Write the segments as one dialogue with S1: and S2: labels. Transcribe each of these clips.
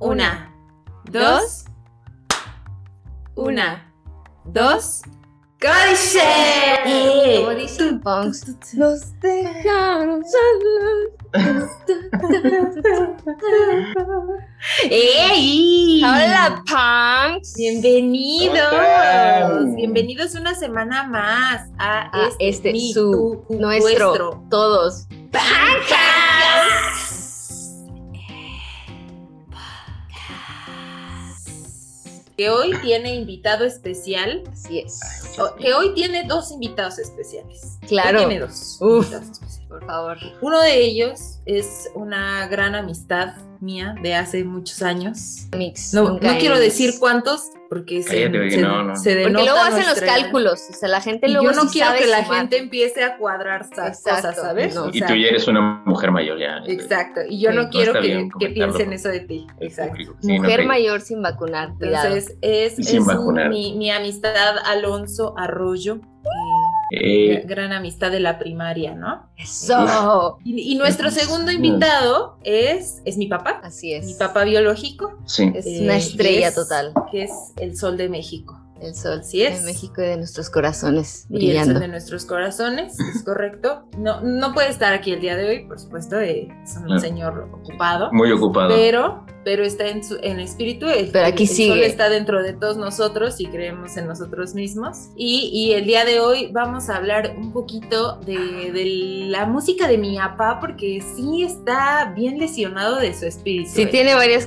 S1: Una, dos, una, dos. Eh, ¡Códice!
S2: Como dicen punks.
S3: Los dejaron solos.
S1: ¡Ey!
S2: Hola, punks.
S1: Bienvenidos,
S4: Hola.
S1: bienvenidos una semana más a,
S2: A
S1: este,
S2: este,
S1: mi,
S2: su,
S1: tu,
S2: nuestro,
S1: vuestro.
S2: todos.
S1: que hoy tiene invitado especial,
S2: Así es.
S1: o- que hoy tiene dos invitados especiales. Hoy
S2: Claro.
S1: tiene dos.
S2: Uf.
S1: invitados especiales.
S2: Por favor.
S1: Uno de ellos es una gran amistad mía de hace muchos años.
S2: Mix.
S1: No,
S2: nunca
S1: no quiero
S2: es.
S1: decir cuántos porque se,
S4: Cállate, güey,
S1: se-
S4: no, no.
S1: se
S2: Porque
S1: denota
S2: luego hacen los
S1: nuestra edad.
S2: cálculos. O sea, la gente
S1: Y
S2: luego.
S1: yo no
S2: sí
S1: quiero
S2: sabe
S1: que la
S2: sumar.
S1: gente empiece a cuadrar sa-
S2: Exacto,
S1: cosas, ¿sabes?
S2: no.
S1: O
S4: Y
S1: sea,
S4: tú ya eres una mujer mayor, ya.
S1: Exacto, y yo no,
S4: Sí, no
S1: quiero
S4: está
S1: que,
S4: bien
S1: que
S4: comentarlo
S1: piensen
S4: con
S1: eso de ti.
S4: El
S1: Exacto.
S4: público. Sí, no
S2: Mujer
S4: te-
S2: mayor sin vacunar. Cuidado.
S1: Entonces, es,
S4: Y sin
S1: es un-
S4: vacunar.
S1: mi, mi amistad Alonso Arroyo, eh,
S4: Eh,
S1: gran amistad de la primaria, ¿no?
S2: Eso.
S1: Y, y nuestro segundo invitado es, es mi papá,
S2: Así es.
S1: mi papá biológico,
S4: sí.
S2: Es
S1: eh,
S2: una
S1: y
S2: estrella
S1: es-
S2: total.
S1: que es el sol de México.
S2: El sol.
S1: Así es.
S2: De México y de nuestros corazones.
S1: Y el sol
S2: Brillando.
S1: de nuestros corazones, es correcto. No, no puede estar aquí el día de hoy, por supuesto, eh, es un
S4: Claro.
S1: señor ocupado.
S4: Muy ocupado.
S1: pero pero está en, su, en espíritu el,
S2: Pero aquí
S1: el sol
S2: sigue.
S1: está dentro de todos nosotros y creemos en nosotros mismos y, y el día de hoy vamos a hablar un poquito de, de la música de mi papá porque sí está bien lesionado de su espíritu
S2: Sí,
S1: ¿eh?
S2: tiene varias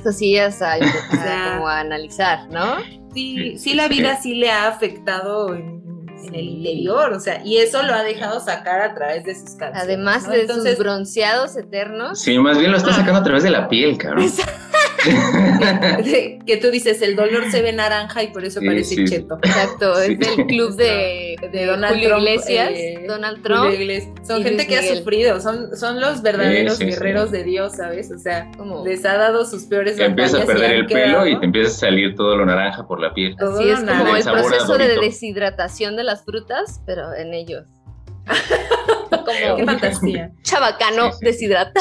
S2: cosillas a, a-
S1: sea-
S2: como a analizar, ¿no?
S1: sí, sí la vida sí le ha afectado en, en el interior o sea y eso lo ha dejado sacar a través de sus canciones
S2: Además
S1: ¿no?
S2: de
S1: Entonces,
S2: sus bronceados eternos.
S4: Sí, más bien lo está sacando a través de la piel, cabrón.
S1: que tú dices el dolor se ve naranja y por eso
S4: Sí,
S1: parece
S4: sí.
S1: cheto
S2: Exacto,
S4: Sí.
S2: es del club de, de
S1: Donald
S2: Julio
S1: Trump,
S2: Iglesias,
S1: eh,
S2: Donald
S1: Julio
S2: Trump,
S1: Iglesias. Son
S2: y
S1: gente
S2: Luis
S1: que ha
S2: Miguel.
S1: sufrido, son, son los verdaderos
S4: Sí, sí, sí.
S1: guerreros de Dios, ¿sabes? O sea,
S2: como
S1: les ha dado sus peores
S4: Te empiezas a
S1: batallas y
S4: perder
S1: han
S4: el pelo
S1: quedado
S4: y te empieza a salir todo lo naranja por la piel.
S1: todo
S2: así es
S1: naranja.
S2: como
S4: Del
S2: el
S4: sabor a
S2: proceso de
S4: Dorito.
S2: deshidratación de las frutas, pero en ellos.
S1: Qué
S2: como
S1: fantasía.
S2: chabacano
S4: Sí, sí.
S2: deshidrata.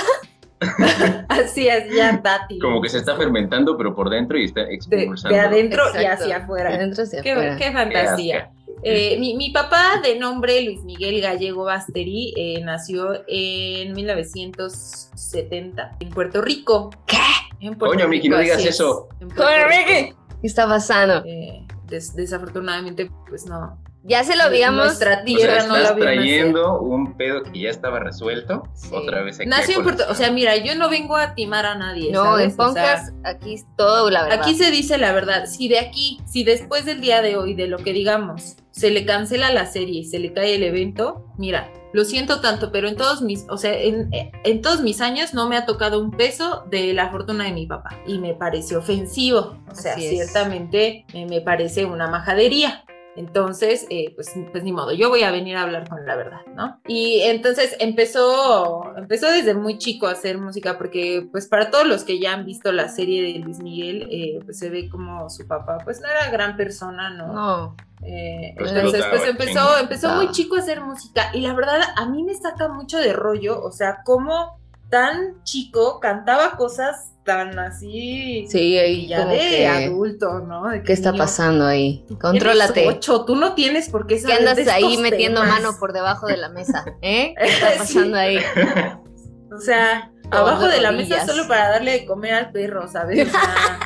S1: Así es, ya dátil.
S4: Como que se está fermentando, pero por dentro y está
S1: de,
S4: expulsando.
S1: de adentro y
S2: Exacto.
S1: hacia afuera.
S2: Adentro hacia
S1: Qué,
S2: afuera.
S1: qué
S4: Qué asco.
S1: fantasía. Eh, mi, mi papá, de nombre Luis Miguel Gallego Basteri, eh, nació en 1970 en Puerto Rico. ¿Qué? En Puerto
S4: Coño, Miki, no
S1: Rico,
S4: digas
S1: así es.
S4: eso.
S1: En Puerto
S2: Coño,
S1: Rico.
S2: Miki. Estaba sano.
S1: Eh, des- desafortunadamente, pues no.
S2: Ya se lo habíamos.
S1: Nuestra
S4: O sea,
S1: tierra no la
S4: estás
S1: vio nacer.
S4: trayendo un pedo que ya estaba resuelto
S2: Sí.
S4: otra vez aquí.
S1: Nació
S4: a
S1: en Puerto, o sea,
S4: colación.
S1: mira, yo no vengo a timar a nadie.
S2: No,
S1: ¿sabes?
S2: en
S1: O sea,
S2: Poncas aquí es todo la verdad.
S1: aquí se dice la verdad. Si de aquí, si después del día de hoy, de lo que digamos, se le cancela la serie y se le cae el evento, mira, lo siento tanto, pero en todos mis, o sea, en, en todos mis años no me ha tocado un peso de la fortuna de mi papá. Y me parece ofensivo. O sea,
S2: Así es.
S1: ciertamente eh, me parece una majadería. Entonces, eh, pues, pues ni modo, yo voy a venir a hablar con la verdad, ¿no? Y entonces empezó, empezó desde muy chico a hacer música, porque pues para todos los que ya han visto la serie de Luis Miguel, eh, pues se ve como su papá, pues no era gran persona, ¿no?
S2: No,
S1: Eh,
S4: Pues te
S1: entonces,
S4: lo
S1: pues
S4: daba,
S1: empezó,
S4: chinga.
S1: empezó muy chico a hacer música y la verdad a mí me saca mucho de rollo, o sea, como tan chico cantaba cosas tan así
S2: sí, ahí
S1: ya
S2: como
S1: de
S2: que-
S1: adulto, ¿no? De
S2: ¿Qué está
S1: niño,
S2: pasando ahí?
S1: tú tienes
S2: Contrólate.
S1: ocho, tú no tienes por qué
S2: ¿Qué
S1: saber
S2: andas
S1: de
S2: ahí
S1: estos
S2: metiendo
S1: temas?
S2: mano por debajo de la mesa? ¿Eh? ¿Qué está
S1: Sí.
S2: pasando ahí?
S1: O sea,
S2: Todo
S1: abajo de la
S2: rodillas.
S1: mesa solo para darle de comer al perro, ¿sabes? O sea,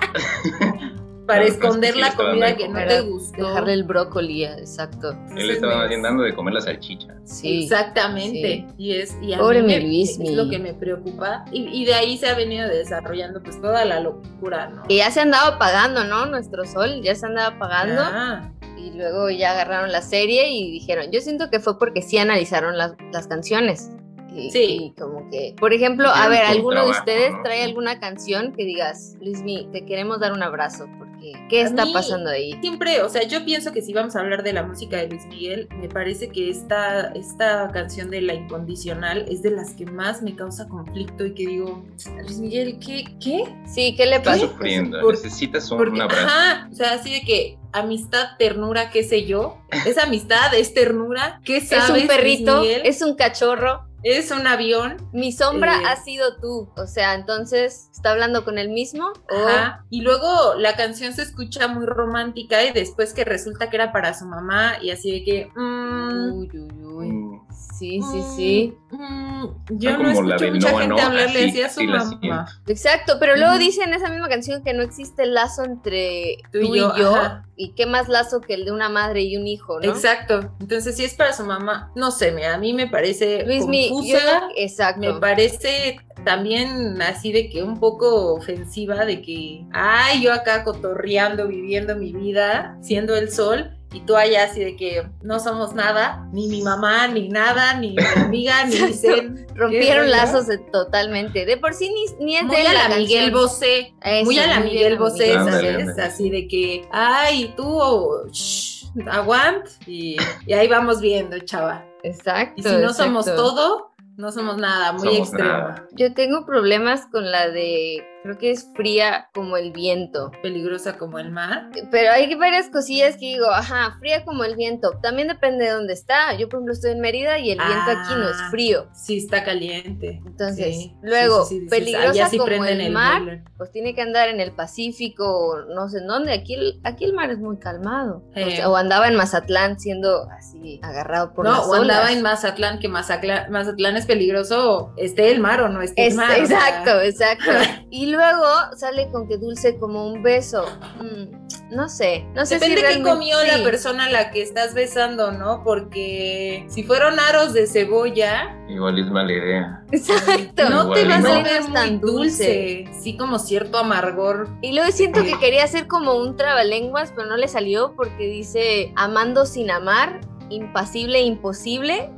S1: para
S4: No, es que
S1: esconder
S4: pues, sí le
S1: la
S4: está dando
S1: comida
S4: de
S1: que no
S2: comer.
S1: te gustó.
S2: Dejarle el brócoli, eh, exacto.
S4: Él le estaba dando de comer la salchicha.
S2: Sí.
S1: Exactamente. Y es, y a
S2: Pobre
S1: mí me-
S2: mi Luis,
S1: es
S2: mi-
S1: lo que me preocupa. Y, y de ahí se ha venido desarrollando pues toda la locura, ¿no?
S2: Que ya se andaba apagando, ¿no? Nuestro sol ya se andaba apagando.
S1: Ah,
S2: Y luego ya agarraron la serie y dijeron, yo siento que fue porque sí analizaron las, las canciones. Y,
S1: Sí.
S2: y como que, por ejemplo, a
S4: Hicieron
S2: ver,
S4: su
S2: ¿alguno de
S4: trabajo,
S2: ustedes
S4: ¿no?
S2: trae alguna canción que digas, Luismi, te queremos dar un abrazo? Porque, ¿qué
S1: A
S2: está
S1: mí-
S2: pasando ahí?
S1: siempre, o sea, yo pienso que si vamos a hablar de la música de Luis Miguel, me parece que esta, esta canción de La Incondicional es de las que más me causa conflicto y que digo, Luis Miguel, ¿qué? ¿Qué?
S2: Sí, ¿qué le
S4: Está
S2: pasó?
S4: sufriendo.
S1: Por-
S4: Necesitas un,
S1: Porque,
S4: un abrazo.
S1: ajá, o sea, así de que amistad, ternura, qué sé yo. Es amistad, es ternura, ¿qué
S2: Es
S1: sabes,
S2: un
S1: Luis
S2: perrito,
S1: Miguel?
S2: es un cachorro,
S1: Es un avión.
S2: Mi sombra
S1: Eh.
S2: ha sido tú. O sea, entonces, ¿está hablando con él mismo? O
S1: Ajá. Y luego la canción se escucha muy romántica y después que resulta que era para su mamá y así de que... mm,
S2: Uy, uy, uy.
S4: Mm,
S2: Sí, sí, sí.
S1: mm, yo
S4: Está
S1: no
S4: Ah, como la
S1: escucho
S4: de
S1: mucha
S4: Noah,
S1: gente
S4: ¿no?
S1: hablarle así,
S4: Así-
S1: a su
S4: así la
S1: mamá.
S4: siento.
S2: Exacto, pero luego
S1: Ujú.
S2: dice en esa misma canción que no existe lazo entre tú y yo.
S1: ajá.
S2: ¿Y qué más lazo que el de una madre y un hijo, no?
S1: Exacto. Entonces, si es para su mamá, no sé, mira, a mí me parece
S2: Luis, mi. yo-
S1: confusa,
S2: exacto.
S1: me parece también así de que un poco ofensiva de que, ay, yo acá cotorreando, viviendo mi vida, siendo el sol. Y tú allá así de que no somos nada, ni mi mamá, ni nada, ni mi amiga, ni
S2: Exacto.
S1: Vicente.
S2: Rompieron
S1: ¿Qué rollo?
S2: lazos de- totalmente. De por sí ni, ni es
S1: Muy
S2: de
S1: a
S2: él
S1: la
S2: canción.
S1: Miguel Bosé.
S2: Eso,
S1: Muy a la Miguel Bosé,
S4: Ándale,
S1: ¿sabes?
S4: ándale.
S1: Así de que, ay, tú, oh, shh, aguant, y, y ahí vamos viendo, chava.
S2: Exacto.
S1: Y si no
S2: exacto.
S1: somos todo, no somos nada, muy
S4: Somos
S1: extremo.
S4: nada.
S2: Yo tengo problemas con la de. Creo que es fría como el viento.
S1: Peligrosa como el mar.
S2: Pero hay varias cosillas que digo, ajá, fría como el viento. También depende de dónde está. Yo, por ejemplo, estoy en Mérida y el viento aquí no es
S1: Ah.
S2: frío.
S1: Sí, está caliente.
S2: Entonces,
S1: Sí,
S2: luego,
S1: sí, sí, sí, dices,
S2: peligrosa
S1: "Allá sí
S2: como
S1: prenden
S2: el, mar,
S1: boiler".
S2: pues tiene que andar en el Pacífico o no sé en dónde. Aquí el, aquí el mar es muy calmado. O
S1: Eh.
S2: sea, O, andaba en Mazatlán siendo así agarrado por
S1: no,
S2: las
S1: o andaba
S2: olas.
S1: en Mazatlán, que Mazatlán, Mazatlán es peligroso, esté el mar o no esté
S2: Es-
S1: el mar. o sea,
S2: exacto, exacto. Y luego sale con que dulce como un beso. Mm, no sé, no sé
S1: Depende
S2: si
S1: qué
S2: realmente-
S1: comió la
S2: sí.
S1: persona a la que estás besando, ¿no? Porque si fueron aros de cebolla,
S4: Igual es mala idea.
S2: Exacto.
S1: no te
S4: Igual
S1: vas
S4: no.
S1: a ver
S2: es
S1: muy dulce. Sí, como cierto amargor.
S2: Y luego siento que quería hacer como un trabalenguas, pero no le salió porque dice amando sin amar, impasible, imposible.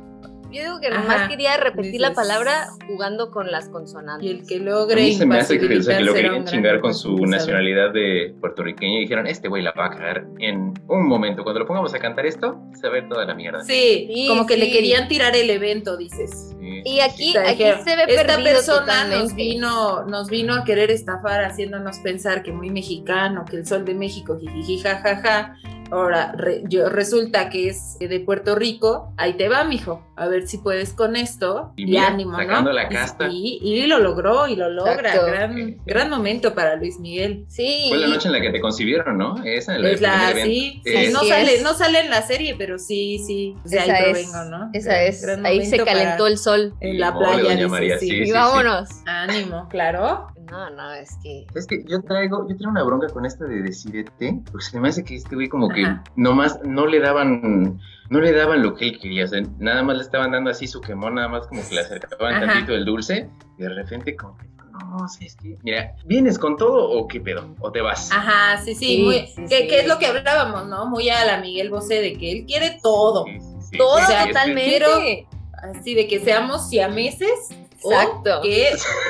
S2: Yo digo que nomás
S1: Ajá,
S2: quería repetir la
S1: dices-
S2: palabra jugando con las consonantes.
S1: Y el que
S4: A
S1: logre
S4: mí se me hace que, o sea, que lo
S1: impasibilitar será
S4: querían
S1: un gran
S4: chingar con su
S1: conquistador.
S4: nacionalidad de puertorriqueño y dijeron, este güey la va a cagar en un momento. Cuando lo pongamos a cantar esto, se va a ver toda la mierda.
S1: Sí,
S2: Sí,
S1: como que
S2: sí.
S1: le querían tirar el evento, dices.
S4: Sí,
S2: Y aquí,
S1: O sea,
S2: aquí
S1: dijeron,
S2: se ve
S1: Esta
S2: perdido
S1: persona nos
S2: totalmente".
S1: vino, nos vino a querer estafar haciéndonos pensar que muy mexicano, que el sol de México, jijiji, jajaja. Ahora re- yo- resulta que es de Puerto Rico. Ahí te va, mijo. A ver si puedes con esto.
S4: Y
S1: Y,
S4: mira,
S1: ánimo,
S4: sacando
S1: ¿no?
S4: la
S1: Y-
S4: casta.
S1: Y, y lo logró y lo logra.
S2: Exacto.
S1: Gran, gran momento para Luis Miguel.
S2: Sí.
S4: Fue la noche en la que te concibieron, ¿no? Esa en la
S1: Es
S4: del
S1: la,
S4: primer evento.
S1: sí, sí,
S4: Es-
S1: no,
S2: Así
S1: sale,
S2: es.
S1: no sale en la serie, pero sí, sí, de
S2: Esa
S1: ahí
S2: es,
S1: provengo, ¿no?
S2: Esa es.
S1: Gran
S2: Ahí se
S1: momento para-
S2: calentó el sol.
S1: en la
S4: Mole,
S1: playa,
S4: doña
S1: dice,
S4: María,
S1: sí.
S4: sí,
S2: y
S4: sí.
S2: vámonos.
S1: Ánimo, claro.
S2: No, no, es que.
S4: Es que yo traigo, yo traigo una bronca con esta de Decidete, porque se me hace que este güey como que
S1: Ajá.
S4: nomás no le daban, no le daban lo que él quería, o sea, nada más le estaban dando así su quemón, nada más como que le acercaban
S1: Ajá.
S4: tantito el dulce, y de repente como que, no, si es que, mira, ¿vienes con todo o qué pedo? ¿O te vas?
S1: Ajá, sí, sí,
S2: Sí,
S1: muy,
S2: sí,
S1: que,
S2: sí.
S1: que es lo que hablábamos, ¿no? Muy a la Miguel Bosé, de que él quiere todo.
S4: Sí, sí, sí.
S2: Todo
S1: o sea,
S4: es que-
S2: totalmente.
S1: quiero- Así de que seamos siameses
S2: Exacto.
S1: o que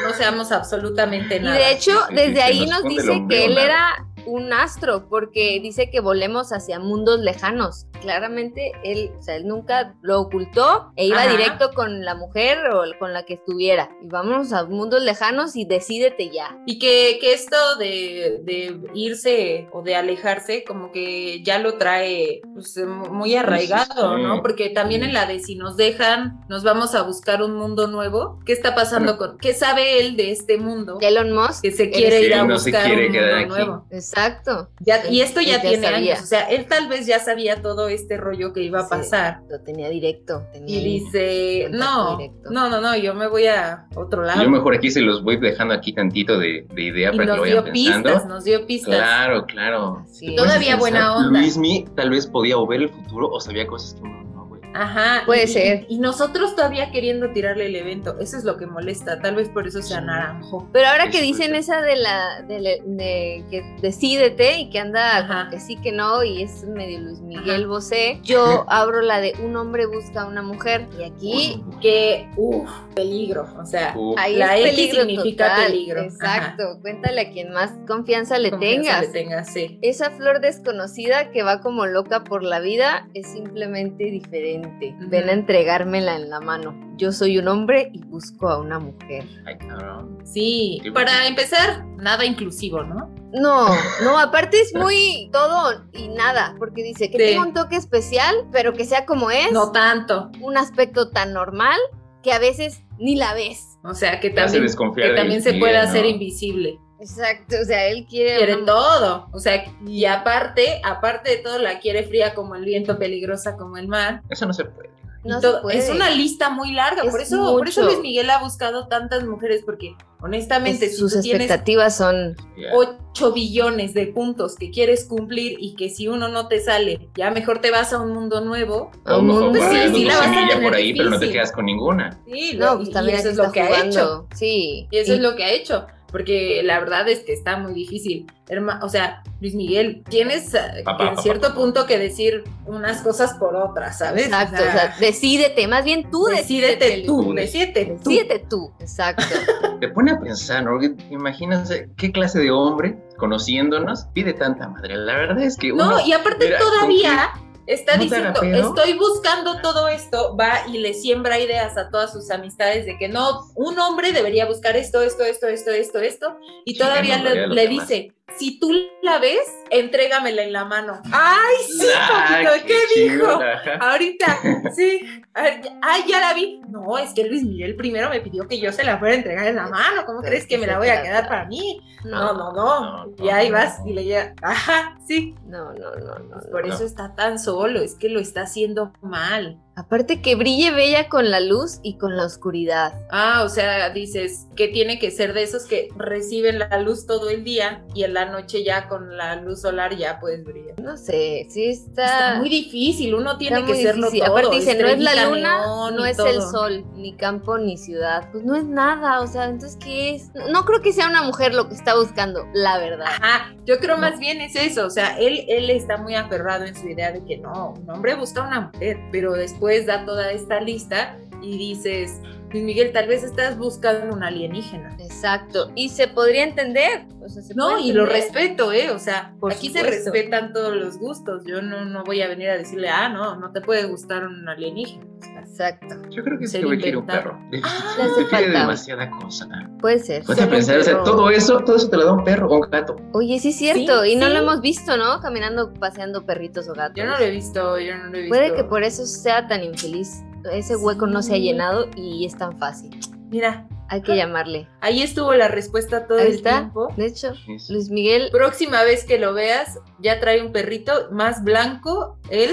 S1: no seamos absolutamente
S2: Y
S1: nada.
S2: de hecho,
S4: Sí, sí,
S2: desde
S4: sí,
S2: ahí
S4: nos
S2: nos
S4: pone el
S2: dice
S4: ombligo
S2: que él
S4: nada.
S2: era un astro, porque dice que volemos hacia mundos lejanos. Claramente, él, o sea, él nunca lo ocultó e iba
S1: Ajá.
S2: directo con la mujer o con la que estuviera. Y vámonos a mundos lejanos y decídete ya.
S1: Y que, que esto de, de irse o de alejarse, como que ya lo trae pues, mu- muy arraigado,
S4: Mm. Sí.
S1: ¿no? Porque también en la de si nos dejan, nos vamos a buscar un mundo nuevo. ¿Qué está
S4: Mm.
S1: pasando con.? ¿Qué sabe él de este mundo?
S2: De Elon Musk.
S1: Que se quiere
S4: Sí,
S1: ir a
S4: no se
S1: buscar
S4: quiere
S1: un
S4: quedar
S1: mundo
S4: aquí.
S1: nuevo.
S2: Exacto.
S1: Ya- y esto ya,
S2: Él ya
S1: tiene
S2: sabía.
S1: años, o sea, él tal vez ya sabía todo este rollo que iba a
S2: Sí.
S1: pasar.
S2: Lo tenía directo. tenía
S1: Y
S2: ahí.
S1: dice,
S2: contacto
S1: no,
S2: directo.
S1: no, no, no, yo me voy a otro lado.
S4: Yo mejor aquí se los voy dejando aquí tantito de, de idea
S1: y
S4: para que lo
S1: nos
S4: vayan
S1: dio
S4: pensando.
S1: pistas, nos dio pistas.
S4: Claro, claro.
S2: Así es.
S1: Todavía buena onda.
S4: Luismi tal vez podía o ver el futuro o sabía cosas que uno no, güey.
S1: Ajá.
S2: Puede
S1: y-
S2: ser.
S1: Y, y nosotros todavía queriendo tirarle el evento, eso es lo que molesta, tal vez por eso se anaranjó.
S2: Pero ahora que
S4: Eso
S2: dicen
S4: es-
S2: esa de la, de, la- de que decídete y que anda
S1: Ajá.
S2: como que sí que no y es medio Luis Miguel
S1: Ajá.
S2: Bosé, yo abro la de un hombre busca a una mujer y aquí
S4: Uy,
S1: Que, uff, peligro, o sea,
S4: uy,
S2: ahí
S1: La
S2: es
S1: X
S2: peligro
S1: significa
S2: total.
S1: peligro.
S2: Exacto, cuéntale a quien más confianza le
S1: confianza
S2: tengas.
S1: le tengas, sí.
S2: Esa flor desconocida que va como loca por la vida es simplemente diferente.
S1: Ujú.
S2: Ven a entregármela en la mano. Yo soy un hombre y busco a una mujer.
S4: ay, cabrón.
S1: Sí,
S4: Qué
S1: para
S4: bonito.
S1: empezar, nada inclusivo, ¿no?
S2: No, no, aparte es muy todo y nada, porque dice que
S1: Sí.
S2: tenga un toque especial, pero que sea como es,
S1: No tanto.
S2: un aspecto tan normal que a veces ni la ves.
S1: O sea, que
S4: Ya se
S1: también,
S4: desconfía
S1: que
S4: de
S1: también se
S4: ti,
S1: pueda
S4: ¿no?
S1: hacer invisible.
S2: Exacto, o sea, él quiere...
S1: Quiere
S2: una-
S1: todo. O sea, y aparte, aparte de todo, la quiere fría como el viento, peligrosa como el mar.
S4: Eso no se puede.
S1: y
S2: No se
S1: todo.
S2: puede.
S1: Es una lista muy larga. por
S2: Es
S1: eso, por eso
S2: mucho.
S1: Luis Miguel ha buscado tantas mujeres, porque honestamente,
S2: Es-
S1: si
S2: sus
S1: tú tienes
S2: expectativas son...
S4: Ya.
S1: 8 billones de puntos que quieres cumplir y que si uno no te sale, ya mejor te vas a un mundo nuevo.
S4: O
S2: un
S4: mejor
S2: mundo-
S1: pues sí,
S4: guardas
S1: sí
S4: tu
S1: la vas a
S4: semilla
S1: tener
S4: por ahí, pero no te
S1: difícil.
S4: quedas con ninguna.
S1: Sí,
S2: No,
S1: lo-
S2: pues
S1: y-
S2: también
S1: y eso
S2: aquí
S1: es lo
S2: está
S1: que ha hecho.
S2: jugando, Sí.
S1: Y eso
S2: Y-
S1: es lo que ha hecho, porque la verdad es que está muy difícil. Herma- o sea, Luis Miguel, tienes eh,
S4: Papá,
S1: en
S4: papá,
S1: cierto
S4: papá.
S1: punto que decir unas cosas por otras, ¿sabes?
S2: Exacto, o sea, decídete, más bien tú
S1: decídete
S2: decídete.
S1: tú,
S4: Tú
S1: decídete tú.
S2: Decídete tú, exacto.
S4: Te pone a pensar, ¿no? Porque imagínense qué clase de hombre, conociéndonos, pide tanta madre. La verdad es que uno...
S1: No, y aparte
S4: mira,
S1: todavía está
S4: no te
S1: diciendo,
S4: haga pedo.
S1: estoy buscando todo esto, va y le siembra ideas a todas sus amistades de que no, un hombre debería buscar esto, esto, esto, esto, esto, esto, y
S4: Sí,
S1: todavía
S4: no, todavía
S1: le,
S4: los
S1: le
S4: demás.
S1: dice, si tú la ves, entrégamela en la mano. ¡Ay, sí,
S4: Ah,
S1: papito! ¿Qué,
S4: chido,
S1: dijo?
S4: ajá.
S1: Ahorita, sí. A ver, ya- Ay, ya la vi. No, es que Luis Miguel primero me pidió que yo se la fuera a entregar en la mano. ¿Cómo crees que me la voy a quedar para mí? No, no, no.
S4: No,
S1: Y ahí
S4: no,
S1: vas
S4: no.
S1: y le llega. Ajá, sí.
S2: No, no, no, no.
S1: Pues
S2: no.
S1: por eso está tan solo. Es que lo está haciendo mal.
S2: Aparte que brille bella con la luz y con la oscuridad.
S1: Ah, o sea, dices que tiene que ser de esos que reciben la luz todo el día y en la noche ya con la luz solar ya puedes brillar.
S2: No sé, sí está.
S1: Está muy difícil, uno tiene
S2: está
S1: que
S2: muy
S1: serlo
S2: difícil.
S1: todo.
S2: Aparte dice, no es la
S1: estrellita
S2: luna,
S1: neón
S2: no
S1: y
S2: es el
S1: todo.
S2: sol, ni campo, ni ciudad. Pues no es nada, o sea, entonces, ¿qué es? No, no creo que sea una mujer lo que está buscando, la verdad.
S1: Ajá, yo creo
S4: No.
S1: más bien es eso, o sea, él, él está muy aferrado en su idea de que no, un hombre busca una mujer, pero después da toda esta lista y dices, Luis Miguel, tal vez estás buscando un alienígena.
S2: Exacto. Y se podría entender. o sea, se
S1: No,
S2: puede
S1: y lo
S2: entender.
S1: respeto, ¿eh? O sea,
S2: Por
S1: aquí se
S2: supuesto.
S1: respetan todos los gustos. Yo no, no voy a venir a decirle, ah, no, no te puede gustar un alienígena. O sea,
S2: Exacto.
S4: Yo creo que
S1: Se
S4: este güey quiere un
S1: inventa. Ah,
S4: perro.
S2: Le hace
S4: Te pide
S2: falta.
S4: demasiada cosa.
S2: Puede ser.
S4: Ponte a
S1: Solo un
S4: pensar, o sea,
S1: perro.
S4: todo eso, todo eso te lo da un perro o un gato.
S2: Oye, sí es cierto. y no
S1: sí.
S2: lo hemos visto, ¿no? Caminando, paseando perritos o gatos.
S1: yo no lo he visto, yo no lo he visto.
S2: Puede que por eso sea tan infeliz. Ese hueco no se ha
S1: Sí.
S2: llenado y es tan fácil.
S1: Mira,
S2: Hay que llamarle.
S1: ahí estuvo la respuesta todo
S2: Ahí
S1: el
S2: está.
S1: tiempo.
S2: De hecho,
S4: Es-
S1: Pues
S2: Luis Miguel
S1: Próxima vez que lo veas, ya trae un perrito más blanco él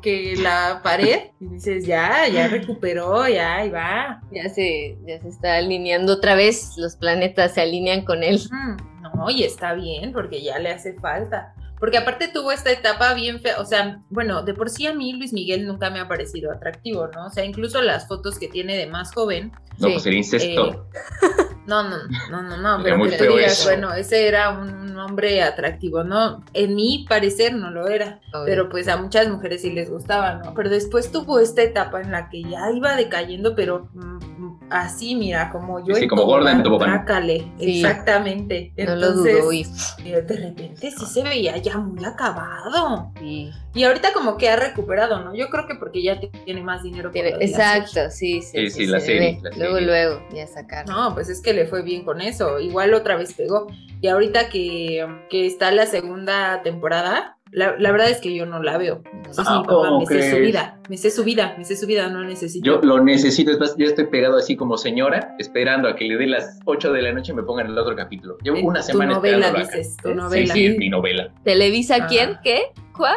S1: que la pared. Y dices, ya, ya recuperó, ya, ahí va.
S2: ya se, ya se está alineando otra vez. Los planetas se alinean con él.
S1: Mm, No, y está bien, porque ya le hace falta. Porque aparte tuvo esta etapa bien fea, o sea, bueno, de por sí a mí Luis Miguel nunca me ha parecido atractivo, ¿no? O sea, incluso las fotos que tiene de más joven, eh,
S4: No,
S2: Sí.
S4: pues sería incesto.
S1: No, no, no, no, no,
S4: Sería
S1: pero
S4: muy
S1: que
S4: feo
S1: tú digas,
S4: eso.
S1: bueno, ese era un, un hombre atractivo, ¿no? En mi parecer no lo era,
S2: Obvio.
S1: pero pues a muchas mujeres sí les gustaba, ¿no? Pero después tuvo esta etapa en la que ya iba decayendo, pero mm, así, mira, como yo.
S4: Sí,
S1: en
S4: como gorda en tobogán.
S1: trácale,
S2: Sí.
S1: exactamente.
S2: no lo
S1: Entonces,
S2: dudó y
S1: eh, de repente sí se veía ya muy acabado.
S2: y-
S1: Y ahorita como que ha recuperado, ¿no? Yo creo que porque ya tiene más dinero. por
S2: tiene-
S1: lo de la
S2: exacto, sí, sí.
S4: Sí, sí, la
S2: se
S4: serie,
S2: ve.
S4: la
S2: luego,
S4: serie.
S2: luego, ya sacar.
S1: No, pues es que le fue bien con eso. Igual otra vez pegó. Y ahorita que, que está la segunda temporada, la, la verdad es que yo no la veo. Entonces
S4: Ah,
S1: mi papá
S4: ¿cómo
S1: me sé su
S4: crees?
S1: vida, me sé su vida, me sé su vida, no necesito.
S4: Yo lo necesito, es más, yo estoy pegado así como señora, esperando a que le dé las 8 de la noche y me pongan el otro capítulo. Llevo
S1: Eh,
S4: una semana
S1: Tu novela,
S4: esperando.
S1: dices, tu
S2: Sí,
S4: Sí,
S1: novela.
S4: sí, es mi novela.
S2: ¿Televisa
S1: Ah.
S2: quién? ¿Qué? ¿Cuál?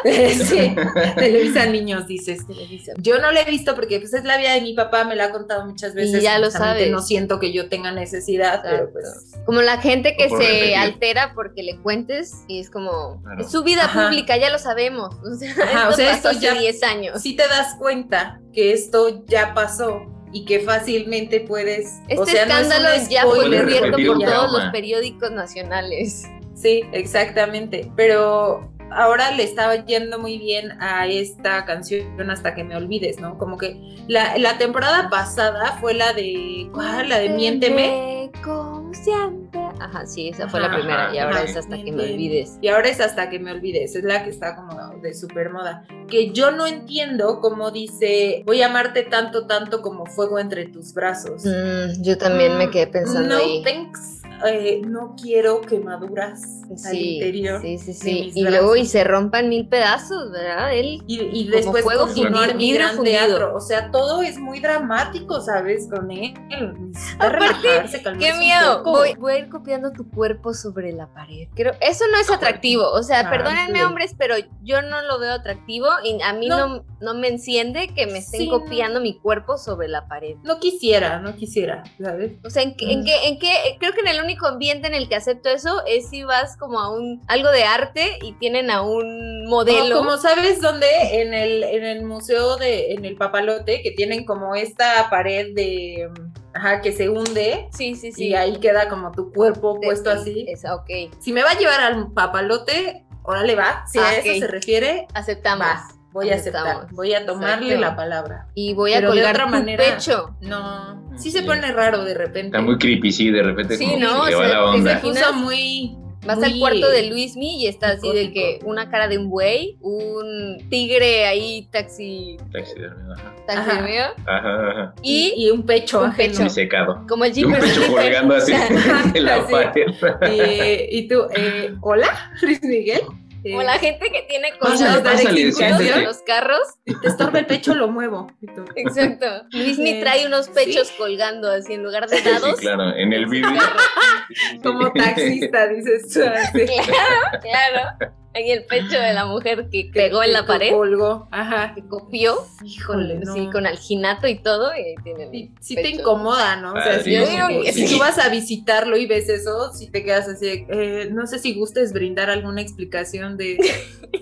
S1: Sí, Televisa Niños, dices.
S2: Televisa.
S1: Yo no la he visto porque pues es la vida de mi papá, me la ha contado muchas veces.
S2: ya lo
S1: honestamente,
S2: sabes.
S1: No siento que yo tenga necesidad, pero
S2: Exacto.
S1: pues
S2: Como la gente que
S4: O por
S2: se
S4: repetir.
S2: altera porque le cuentes y es como,
S4: Claro.
S2: es su vida
S1: Ajá.
S2: pública, ya lo sabemos. O sea,
S1: Ajá,
S2: esto
S1: o sea,
S2: pasó
S1: esto
S2: hace
S1: ya-
S2: 10 años.
S1: si te das cuenta que esto ya pasó y que fácilmente puedes.
S2: Este
S1: o sea, no es un
S2: escándalo ya fue
S1: spoiler,
S4: Puedes
S2: cubierto
S4: repetir
S2: por
S4: un
S2: todos
S4: trauma.
S2: los periódicos nacionales.
S1: Sí, exactamente. Pero ahora le estaba yendo muy bien a esta canción hasta que me olvides, ¿no? Como que la, la temporada pasada fue la de. ¿Cuál? La de Miénteme.
S2: Como siempre. Ajá, sí, esa fue
S1: Ajá,
S2: la primera. y ahora
S1: ajá.
S2: es hasta que me
S1: Miénteme.
S2: olvides.
S1: Y ahora es hasta que me olvides, es la que está como de super moda. Que yo no entiendo cómo dice, voy a amarte tanto, tanto como fuego entre tus brazos.
S2: Mm, yo también me quedé pensando
S1: no,
S2: ahí.
S1: thanks. Eh, no quiero quemaduras. al interior
S2: sí, sí,
S1: de
S2: sí.
S1: mis
S2: Y luego
S1: brazos.
S2: y se rompan mil pedazos, ¿verdad? Él
S1: Y, y
S2: Como
S1: después
S2: fuego
S1: continuar
S2: fundido,
S1: mi
S2: vidrio
S1: gran
S2: fundido.
S1: teatro. O sea, todo es muy dramático, ¿sabes? Con él. Necesita
S2: Aparte,
S1: relajarse, calmarse
S2: ¡Qué
S1: un
S2: miedo!
S1: poco.
S2: Voy, voy a ir copiando tu cuerpo sobre la pared. Creo, eso no es atractivo. O sea,
S1: Ah,
S2: perdónenme,
S1: sí.
S2: hombres, pero yo no lo veo atractivo y a mí no,
S1: No.
S2: no me enciende que me estén
S1: Sí, no.
S2: copiando mi cuerpo sobre la pared.
S1: No quisiera, no quisiera, ¿sabes?
S2: O sea, ¿en qué, en, qué, en qué- Creo que en el único ambiente en el que acepto eso es si vas como a un algo de arte y tienen a un modelo.
S1: No, como sabes dónde, en el, en el museo de, en el papalote, que tienen como esta pared de mm, ajá, que se hunde
S2: Sí, sí, sí.
S1: y ahí queda como tu cuerpo
S2: De-
S1: puesto
S2: de-
S1: así.
S2: esa, ok,
S1: Si me va a llevar al papalote, órale va, si
S2: Ah,
S1: a
S2: ok.
S1: eso se refiere,
S2: aceptamos.
S1: va, voy a aceptar,
S2: Aceptamos.
S1: voy a tomarle
S2: Exacto.
S1: la palabra.
S2: Y voy a
S1: Pero de
S2: colgar
S1: otra
S2: tu
S1: manera-
S2: pecho.
S1: No, sí se
S4: Sí.
S1: pone raro de repente.
S4: Está muy creepy, sí, de repente
S2: Sí,
S4: como que
S2: ¿no?
S4: se le
S2: O
S4: va
S2: sea,
S4: la
S2: desde
S4: onda.
S1: se puso muy...
S2: Vas
S1: muy,
S2: al cuarto de
S1: eh,
S2: Luismi y está así de que
S1: psicótico.
S2: una cara de un buey, un tigre ahí taxi,
S4: Taxidermio, ajá.
S2: taxidermio
S4: Ajá, ajá.
S1: Y,
S2: y
S1: y un pecho
S2: un
S1: ajeno.
S2: pecho.
S4: Disecado.
S2: como el
S4: Y un
S2: Jeepers
S4: pecho
S2: Creepers.
S4: colgando así de la
S1: pues, Así.
S4: pared.
S1: Eh, y tú, eh, ¿hola, Luis Miguel? Eh,
S2: Como la gente que tiene
S1: Pásale,
S2: cosas de
S1: pásale,
S2: testículos en
S1: siéntate.
S2: los carros.
S1: te estorba el pecho, lo muevo. Y tú,
S2: Exacto. Luismi
S1: Eh,
S2: trae unos
S1: sí.
S2: pechos colgando así en lugar de
S4: Sí, sí,
S2: dados.
S4: claro, en el vídeo.
S1: Como taxista, dices tú. así.
S2: Claro, claro. Y el pecho de la mujer que pegó en la
S1: Que
S2: pared,
S1: Colgó. Ajá.
S2: que copió,
S1: Híjole, no.
S2: sí, con alginato y todo. Y ahí tienen
S1: Sí, sí te
S2: pecho.
S1: incomoda, ¿no? O sea, si,
S4: Padrísimo.
S2: Yo digo que
S1: si
S2: sí.
S1: tú vas a visitarlo y ves eso, si te quedas así, de, eh, no sé si gustes brindar alguna explicación de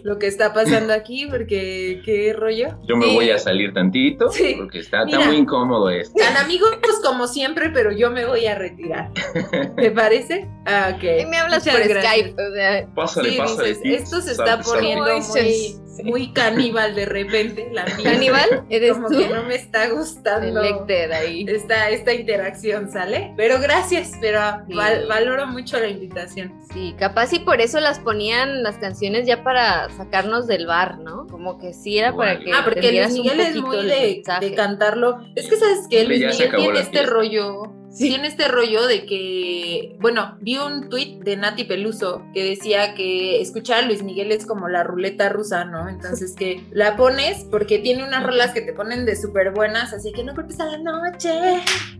S1: lo que está pasando aquí, porque qué rollo.
S4: Yo me
S2: Sí.
S4: voy a salir tantito
S1: Sí.
S4: porque está, está
S1: Mira.
S4: muy incómodo esto.
S1: Tan amigos pues, como siempre, pero yo me voy a retirar. ¿Te parece? Ah, ok.
S2: Ahí me hablas
S1: Muchas
S2: por
S1: gracias.
S2: Skype, o sea,
S4: Pásale,
S1: Sí,
S4: pásale.
S1: dices,
S4: tips,
S1: esto se
S4: salte,
S1: está
S4: salte.
S1: poniendo
S2: ¿Cómo
S1: muy,
S2: dices?
S1: muy caníbal de repente. La mía.
S2: Caníbal, eres
S1: Como
S2: tú.
S1: que no me está
S2: El
S1: gustando
S2: Lecter ahí.
S1: esta, esta interacción, ¿sale? Pero gracias, pero val- valoro mucho la invitación.
S2: Sí, capaz y por eso las ponían las canciones ya para sacarnos del bar, ¿no? Como que sí era para
S4: Igual.
S2: que
S4: Ah,
S1: Ah, porque Luis
S2: entendieras un
S1: Miguel es
S2: poquito
S1: muy
S2: el
S1: de,
S2: mensaje.
S1: de cantarlo. Es que, ¿sabes qué?
S4: Hombre,
S1: Luis
S4: ya se
S1: Miguel
S4: acabó
S1: tiene
S4: la
S1: este
S4: fiesta.
S1: rollo. Tiene este rollo de que, bueno, vi un tuit de Nati Peluso que decía que escuchar a Luis Miguel es como la ruleta rusa, ¿no? Entonces que la pones porque tiene unas rolas que te ponen de súper buenas, así que no cortes a la noche,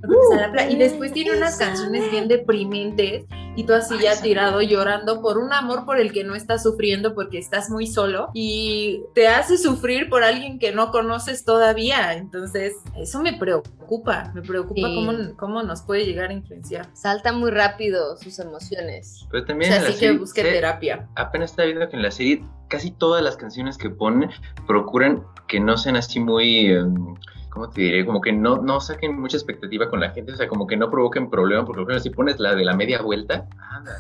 S1: no cortes a la playa. Y después tiene unas canciones bien deprimentes y tú así ya tirado llorando por un amor por el que no estás sufriendo porque estás muy solo y te hace sufrir por alguien que no conoces todavía. Entonces, eso me preocupa, me preocupa
S2: Sí.
S1: cómo, cómo nos puede llegar a influenciar.
S2: Salta muy rápido sus emociones.
S4: Pero
S1: O
S4: también
S1: sea,
S4: en la
S1: así que
S4: serie-
S1: busque
S4: se-
S1: terapia.
S4: apenas está viendo que en la serie casi todas las canciones que ponen procuran que no sean así muy, em, ¿cómo te diré? Como que no, no saquen mucha expectativa con la gente, o sea, como que no provoquen problemas, porque por ejemplo, si pones la de la media vuelta, anda,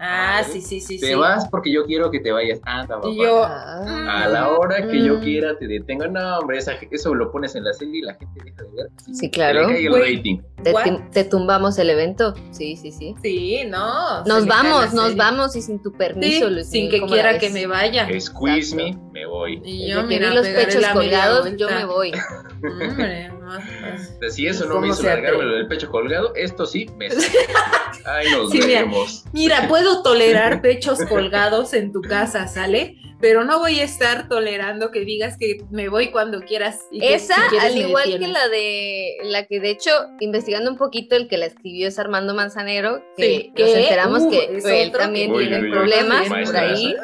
S1: Ah,
S4: madre,
S1: sí, sí, sí,
S4: te
S1: sí.
S4: vas porque yo quiero que te vayas, anda, papá.
S1: Y yo,
S2: Ah.
S1: mm,
S4: A la hora que yo
S1: Mm.
S4: quiera te detengo. No, hombre, esa- eso lo pones en la serie y la gente deja de ver.
S2: Sí, claro.
S4: Se le cae el
S1: Güey.
S4: rating.
S2: Te,
S1: What?
S2: tim- te tumbamos el evento. Sí, sí, sí.
S1: sí, no. se
S2: Nos
S1: me cae la
S2: vamos, nos
S1: serie.
S2: vamos y sin tu
S1: Sí,
S2: permiso, Luis.
S1: sin
S2: Miguel,
S1: que
S2: ¿cómo la
S1: quiera
S2: ves?
S1: que me vaya.
S4: Squeeze me,
S2: Exacto.
S4: me voy.
S1: Y
S2: Desde
S1: yo,
S2: que
S1: mira,
S2: vi los
S1: pegaré
S2: pechos
S1: la media
S2: colgados, yo
S1: vuelta.
S2: me voy.
S1: Hombre, no, no.
S4: O sea, si eso no
S1: ¿Cómo
S4: me hizo
S1: se
S4: largarme
S1: atreve?
S4: lo del pecho colgado, esto sí me saca. Ay, nos
S1: Sí, mira.
S4: veremos.
S1: Mira, puedo tolerar pechos colgados en tu casa, ¿sale? Pero no voy a estar tolerando que digas que me voy cuando quieras. y que
S2: Esa,
S1: si quieres
S2: al
S1: me
S2: igual que
S1: detienes.
S2: la de la que de hecho, investigando un poquito, el que la escribió es Armando Manzanero, que
S1: Sí,
S2: nos
S1: que,
S2: enteramos
S1: uh,
S2: que
S1: es
S2: él
S1: otro
S2: también
S4: que- Uy,
S2: tiene
S4: uy, uy,
S2: problemas por
S4: maestra.
S2: ahí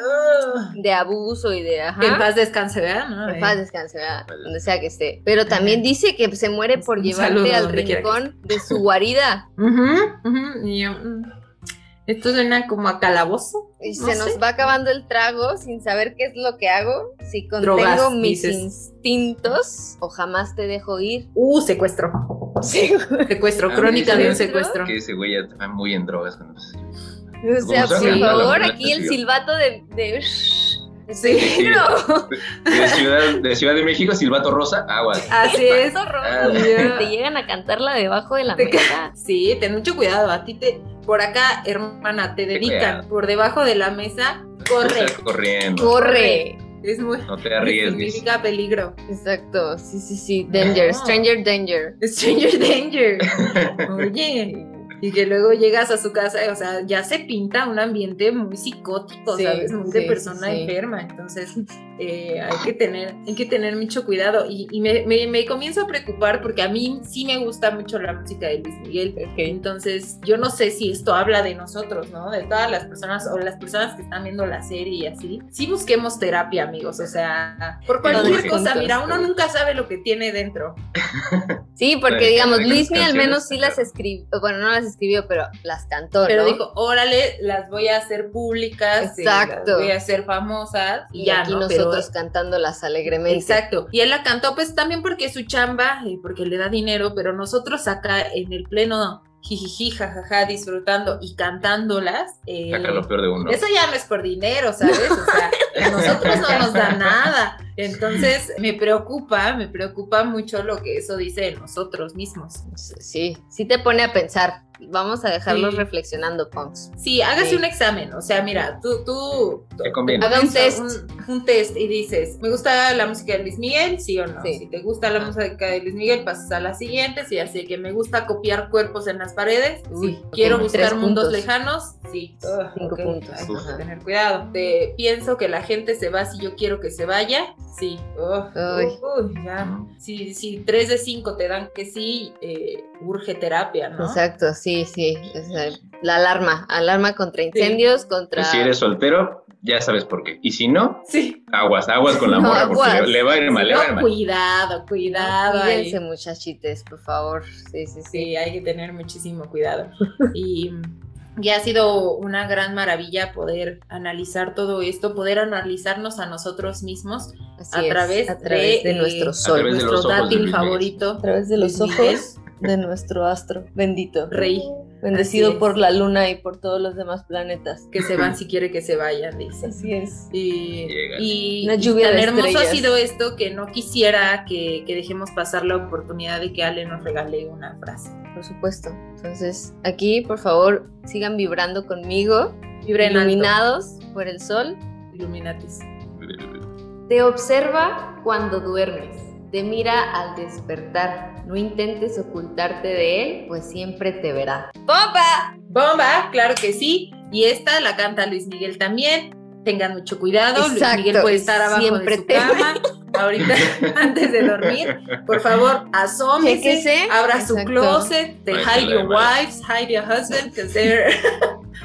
S1: Ah,
S2: de abuso y de
S1: Que en
S2: ajá.
S1: paz descanse, ¿verdad? ¿No?
S2: En
S1: Eh,
S2: paz descanse, ¿verdad? donde sea que esté. Pero también dice que se muere por
S1: Un
S2: llevarte
S1: saludo
S2: al
S1: donde quiera que
S2: rincón de su guarida
S1: ujú, ujú, y yo, mm, Esto suena como a calabozo.
S2: y
S1: no
S2: se
S1: sé.
S2: nos va acabando el trago sin saber qué es lo que hago, si contengo
S1: Drogas,
S2: mis
S1: dices.
S2: instintos o jamás te dejo ir.
S1: Uh, secuestro. Secuestro,
S4: Ah,
S1: crónica
S4: mira,
S1: de un
S2: ¿secuestro?
S1: secuestro.
S4: Que ese güey ya está muy en drogas cuando se-
S2: O sea,
S4: Como
S2: por
S1: sabe cantar
S4: la
S2: favor,
S4: buena
S2: aquí el
S4: canción.
S2: silbato de. de, de
S1: Sí.
S2: peligro.
S4: de ciudad, de Ciudad de México, Silvato Rosa, aguas.
S1: Así es.
S2: Silbato rojo.
S4: Ah,
S1: Ya.
S2: Te llegan a cantarla debajo de la
S1: Te ca-
S2: mesa.
S1: Sí, ten mucho cuidado. A ti te, por acá, hermana, te dedican
S4: cuidado.
S1: por debajo de la mesa. Corre.
S4: Estás corriendo,
S2: Corre.
S1: Es muy.
S4: no te arriesgues.
S1: Significa peligro.
S2: Exacto.
S1: Ah.
S2: Sí, sí, sí. Danger.
S1: No.
S2: Stranger Danger.
S1: Stranger Danger. Oye, Y que luego llegas a su casa, o sea, ya se pinta un ambiente muy psicótico,
S2: Sí,
S1: ¿sabes? Muy de
S2: sí,
S1: persona
S2: sí.
S1: enferma. Entonces, eh, hay, que tener, hay que tener mucho cuidado. Y, y me, me- me comienzo a preocupar porque a mí sí me gusta mucho la música de Luis Miguel. Entonces, yo no sé si esto habla de nosotros, ¿no? De todas las personas o las personas que están viendo la serie y así. Sí busquemos terapia, amigos. O sea, por cualquier
S4: Todos
S1: cosa,
S2: juntos.
S1: mira, uno nunca sabe lo que tiene dentro.
S2: Sí, porque
S4: Sí,
S2: digamos,
S4: hay
S2: Luismi al
S4: canciones,
S2: menos sí las escribió, bueno, no las escribió, pero las cantó,
S1: Pero
S2: ¿no?
S1: dijo, órale, las voy a hacer públicas, eh,
S2: Exacto.
S1: las voy a hacer famosas y,
S2: y
S1: ya,
S2: aquí
S1: ¿no? Pero-
S2: nosotros cantándolas alegremente.
S1: Exacto. Y él la cantó, pues también porque es su chamba y porque le da dinero, pero nosotros acá en el pleno jijiji, jajaja, disfrutando y cantándolas. eh,
S4: Saca lo peor de uno.
S1: eso ya no es por dinero, ¿sabes? O sea, a nosotros no nos da nada. Entonces, me preocupa, me preocupa mucho lo que eso dice de nosotros mismos.
S2: Sí, sí te pone a pensar. Vamos a dejarlos
S1: Sí.
S2: reflexionando, punks.
S1: Sí, hágase
S2: Sí.
S1: un examen, o sea, mira, tú, tú,
S4: Te conviene.
S2: Haga un test.
S1: Un, un test y dices, ¿me gusta la música de Luis Miguel? Sí o no.
S2: Sí.
S1: Si te gusta la música de Luis Miguel, pasas a la siguiente. Si así que me gusta copiar cuerpos en las paredes,
S2: Uy,
S1: sí. Quiero
S2: ok,
S1: buscar
S2: tres
S1: mundos
S2: puntos.
S1: lejanos, sí. Ah,
S2: Cinco
S1: ok,
S2: puntos.
S1: Hay que
S2: Ajá.
S1: tener cuidado. Te- pienso que la gente se va si yo quiero que se vaya, sí. Ah,
S2: Ay.
S1: uy, ya.
S4: Mm.
S1: Si, si tres de cinco te dan que sí, eh, urge terapia, ¿no?
S2: Exacto, sí, sí. es la- la alarma, alarma contra incendios, contra...
S4: Pues si eres soltero, ya sabes por qué. Y si no,
S1: Sí.
S4: aguas, aguas con la
S2: No,
S4: morra, porque
S2: aguas.
S4: le, le va a ir mal, le va a ir
S1: No,
S4: mal.
S1: cuidado, cuidado. ahí.
S2: Cuídense, muchachites, por favor. Sí, sí, sí.
S1: Sí, hay que tener muchísimo cuidado. Y, y ha sido una gran maravilla poder analizar todo esto, poder analizarnos a nosotros mismos
S2: Así
S1: a
S2: es,
S1: través,
S2: a través de,
S1: eh,
S2: nuestro
S4: A
S2: sol.
S4: través de
S1: nuestro
S4: los ojos de
S1: dátil
S4: Luis Miguel.
S1: favorito,
S3: A través de los
S1: Luis Miguel.
S3: ojos de nuestro astro bendito.
S1: Rey, Así
S3: Bendecido
S1: es.
S3: por la luna y por todos los demás planetas.
S1: que se van si quiere que se vayan, dice.
S3: Así es.
S1: Y,
S4: Llega.
S1: y-
S3: Una
S1: y
S3: lluvia
S1: tan
S3: de
S1: hermoso
S3: estrellas.
S1: ha sido esto que no quisiera que, que dejemos pasar la oportunidad de que Ale nos regale una frase.
S2: Por supuesto. Entonces, aquí, por favor, sigan vibrando conmigo,
S1: Vibra en alto.
S2: iluminados por el sol.
S1: Illuminatis.
S2: Te observa cuando duermes, te mira al despertar. No intentes ocultarte de él, pues siempre te verá. ¡Popa!
S1: Bomba, claro que sí. Y esta la canta Luis Miguel también. Tengan mucho cuidado.
S2: Exacto,
S1: Luis Miguel puede estar abajo
S2: siempre
S1: de su
S2: te-
S1: cama. Ahorita, antes de dormir, por favor, asómese,
S2: Chéquese.
S1: abra su
S2: Exacto.
S1: closet, de hide
S4: Ahí está la
S1: your
S4: llamada.
S1: wives, hide your husband, because they're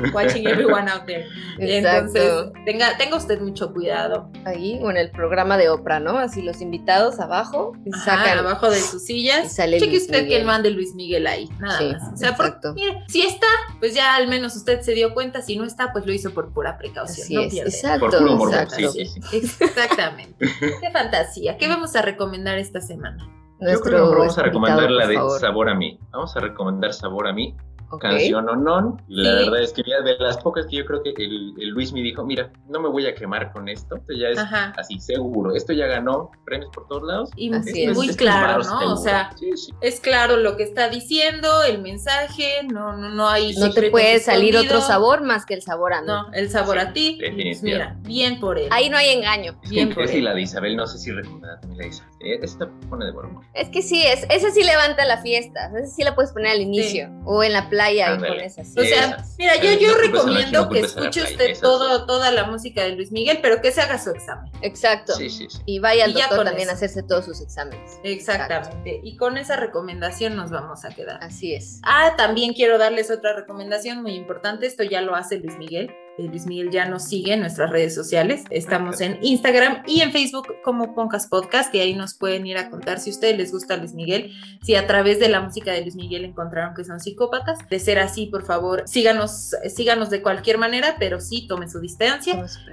S1: watching everyone out there.
S2: Exacto.
S1: Entonces, tenga, tenga usted mucho cuidado.
S2: Ahí, o en el programa de Oprah, ¿no? Así los invitados abajo y
S1: Ajá,
S2: sacan.
S1: abajo de sus
S2: Y
S1: sillas.
S2: sale
S1: Cheque
S2: Luis
S1: usted que
S2: Miguel.
S1: no ande Luis Miguel ahí, nada
S2: Sí,
S1: más. O sea, por-
S2: exacto.
S1: mire, si está, pues ya al menos usted se dio cuenta. Si no está, pues lo hizo por pura precaución.
S2: Así
S1: no
S2: es,
S1: pierde.
S2: exacto.
S4: Por puro morbo,
S2: exacto.
S4: sí, sí, sí.
S1: Exactamente. Qué fantasía. ¿Qué vamos a recomendar esta semana?
S4: Yo creo que mejor vamos a recomendar
S2: invitado,
S4: la
S2: por
S4: de
S2: favor.
S4: Sabor a mí. Vamos a recomendar Sabor a mí,
S2: Ok.
S4: canción o non. La
S1: Sí.
S4: verdad es que mira, de las pocas que yo creo que el, el Luis me dijo, mira, no me voy a quemar con esto. Esto ya es
S1: Ajá.
S4: así, seguro. Esto ya ganó premios por todos lados.
S1: Y
S2: Así
S1: muy
S2: es.
S1: muy
S4: Esto es
S1: claro,
S4: varo
S1: ¿no?
S4: seguro.
S1: O sea,
S4: Sí, sí.
S1: es claro lo que está diciendo, el mensaje, no, no, no hay.
S2: No te
S1: secretos
S2: puede salir otro
S1: escondidos.
S2: sabor más que el sabor a mí.
S1: No, el sabor a ti. Pues mira,
S4: Definitivamente.
S1: bien por él.
S2: Ahí no hay engaño.
S4: Es
S1: Bien
S4: que
S1: por
S4: es
S1: él.
S4: y la de Isabel, no sé si recomendará también la de Isabel. Eh, Esta pone de buen humor.
S2: Es que sí, es, esa sí levanta la fiesta. Esa sí la puedes poner al inicio. O en la playa y
S4: Ándale.
S2: pones así.
S1: O sea,
S4: Esas.
S1: Mira, yo,
S4: Eh,
S1: yo
S4: no culpes a la gente,
S1: recomiendo
S4: no
S1: que
S4: culpes a la
S1: escuche
S4: playa,
S1: usted
S4: esas
S1: todo, toda la música de Luis Miguel, pero que se haga su examen.
S2: Exacto.
S4: Sí, sí, sí.
S2: Y vaya al
S1: Y ya
S2: doctor
S1: con
S2: también
S1: eso.
S2: a hacerse todos sus exámenes.
S1: Exactamente. Y con esa recomendación nos vamos a quedar.
S2: Así es.
S1: Ah, también quiero darles otra recomendación muy importante. Esto ya lo hace Luis Miguel. Eh, Luis Miguel ya nos sigue en nuestras redes sociales. Estamos en Instagram y en Facebook como Poncas Podcast y ahí nos pueden ir a contar si a ustedes les gusta Luis Miguel, si a través de la música de Luis Miguel encontraron que son psicópatas. De ser así, por favor, síganos, síganos de cualquier manera, pero sí tomen su distancia.
S2: Vamos por-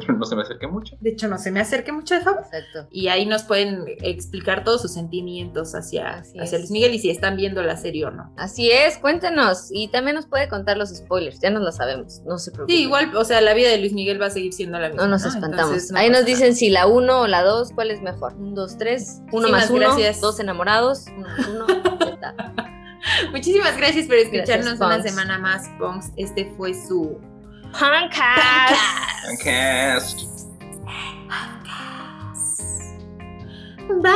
S4: Pero no se me acerque mucho.
S1: De hecho, no se me acerque mucho, de favor.
S2: Exacto.
S1: Y ahí nos pueden explicar todos sus sentimientos hacia,
S2: Así
S1: hacia
S2: es.
S1: Luis Miguel y si están viendo la serie o no.
S2: Así es, cuéntenos. Y también nos puede contar los spoilers. Ya nos lo sabemos. No se preocupen.
S1: Sí, igual, o sea, la vida de Luis Miguel va a seguir siendo la misma. Ah,
S2: No nos espantamos. Ahí nos dicen si la 1 o la 2, ¿cuál es mejor? Un, dos, tres, uno
S1: Muchísimas
S2: más uno,
S1: gracias.
S2: dos enamorados, uno más uno. ya está.
S1: Muchísimas gracias por escucharnos
S2: Gracias,
S1: una
S2: Punks.
S1: semana más, Ponks. Este fue su
S2: Pancas.
S4: Podcast.
S1: Bye.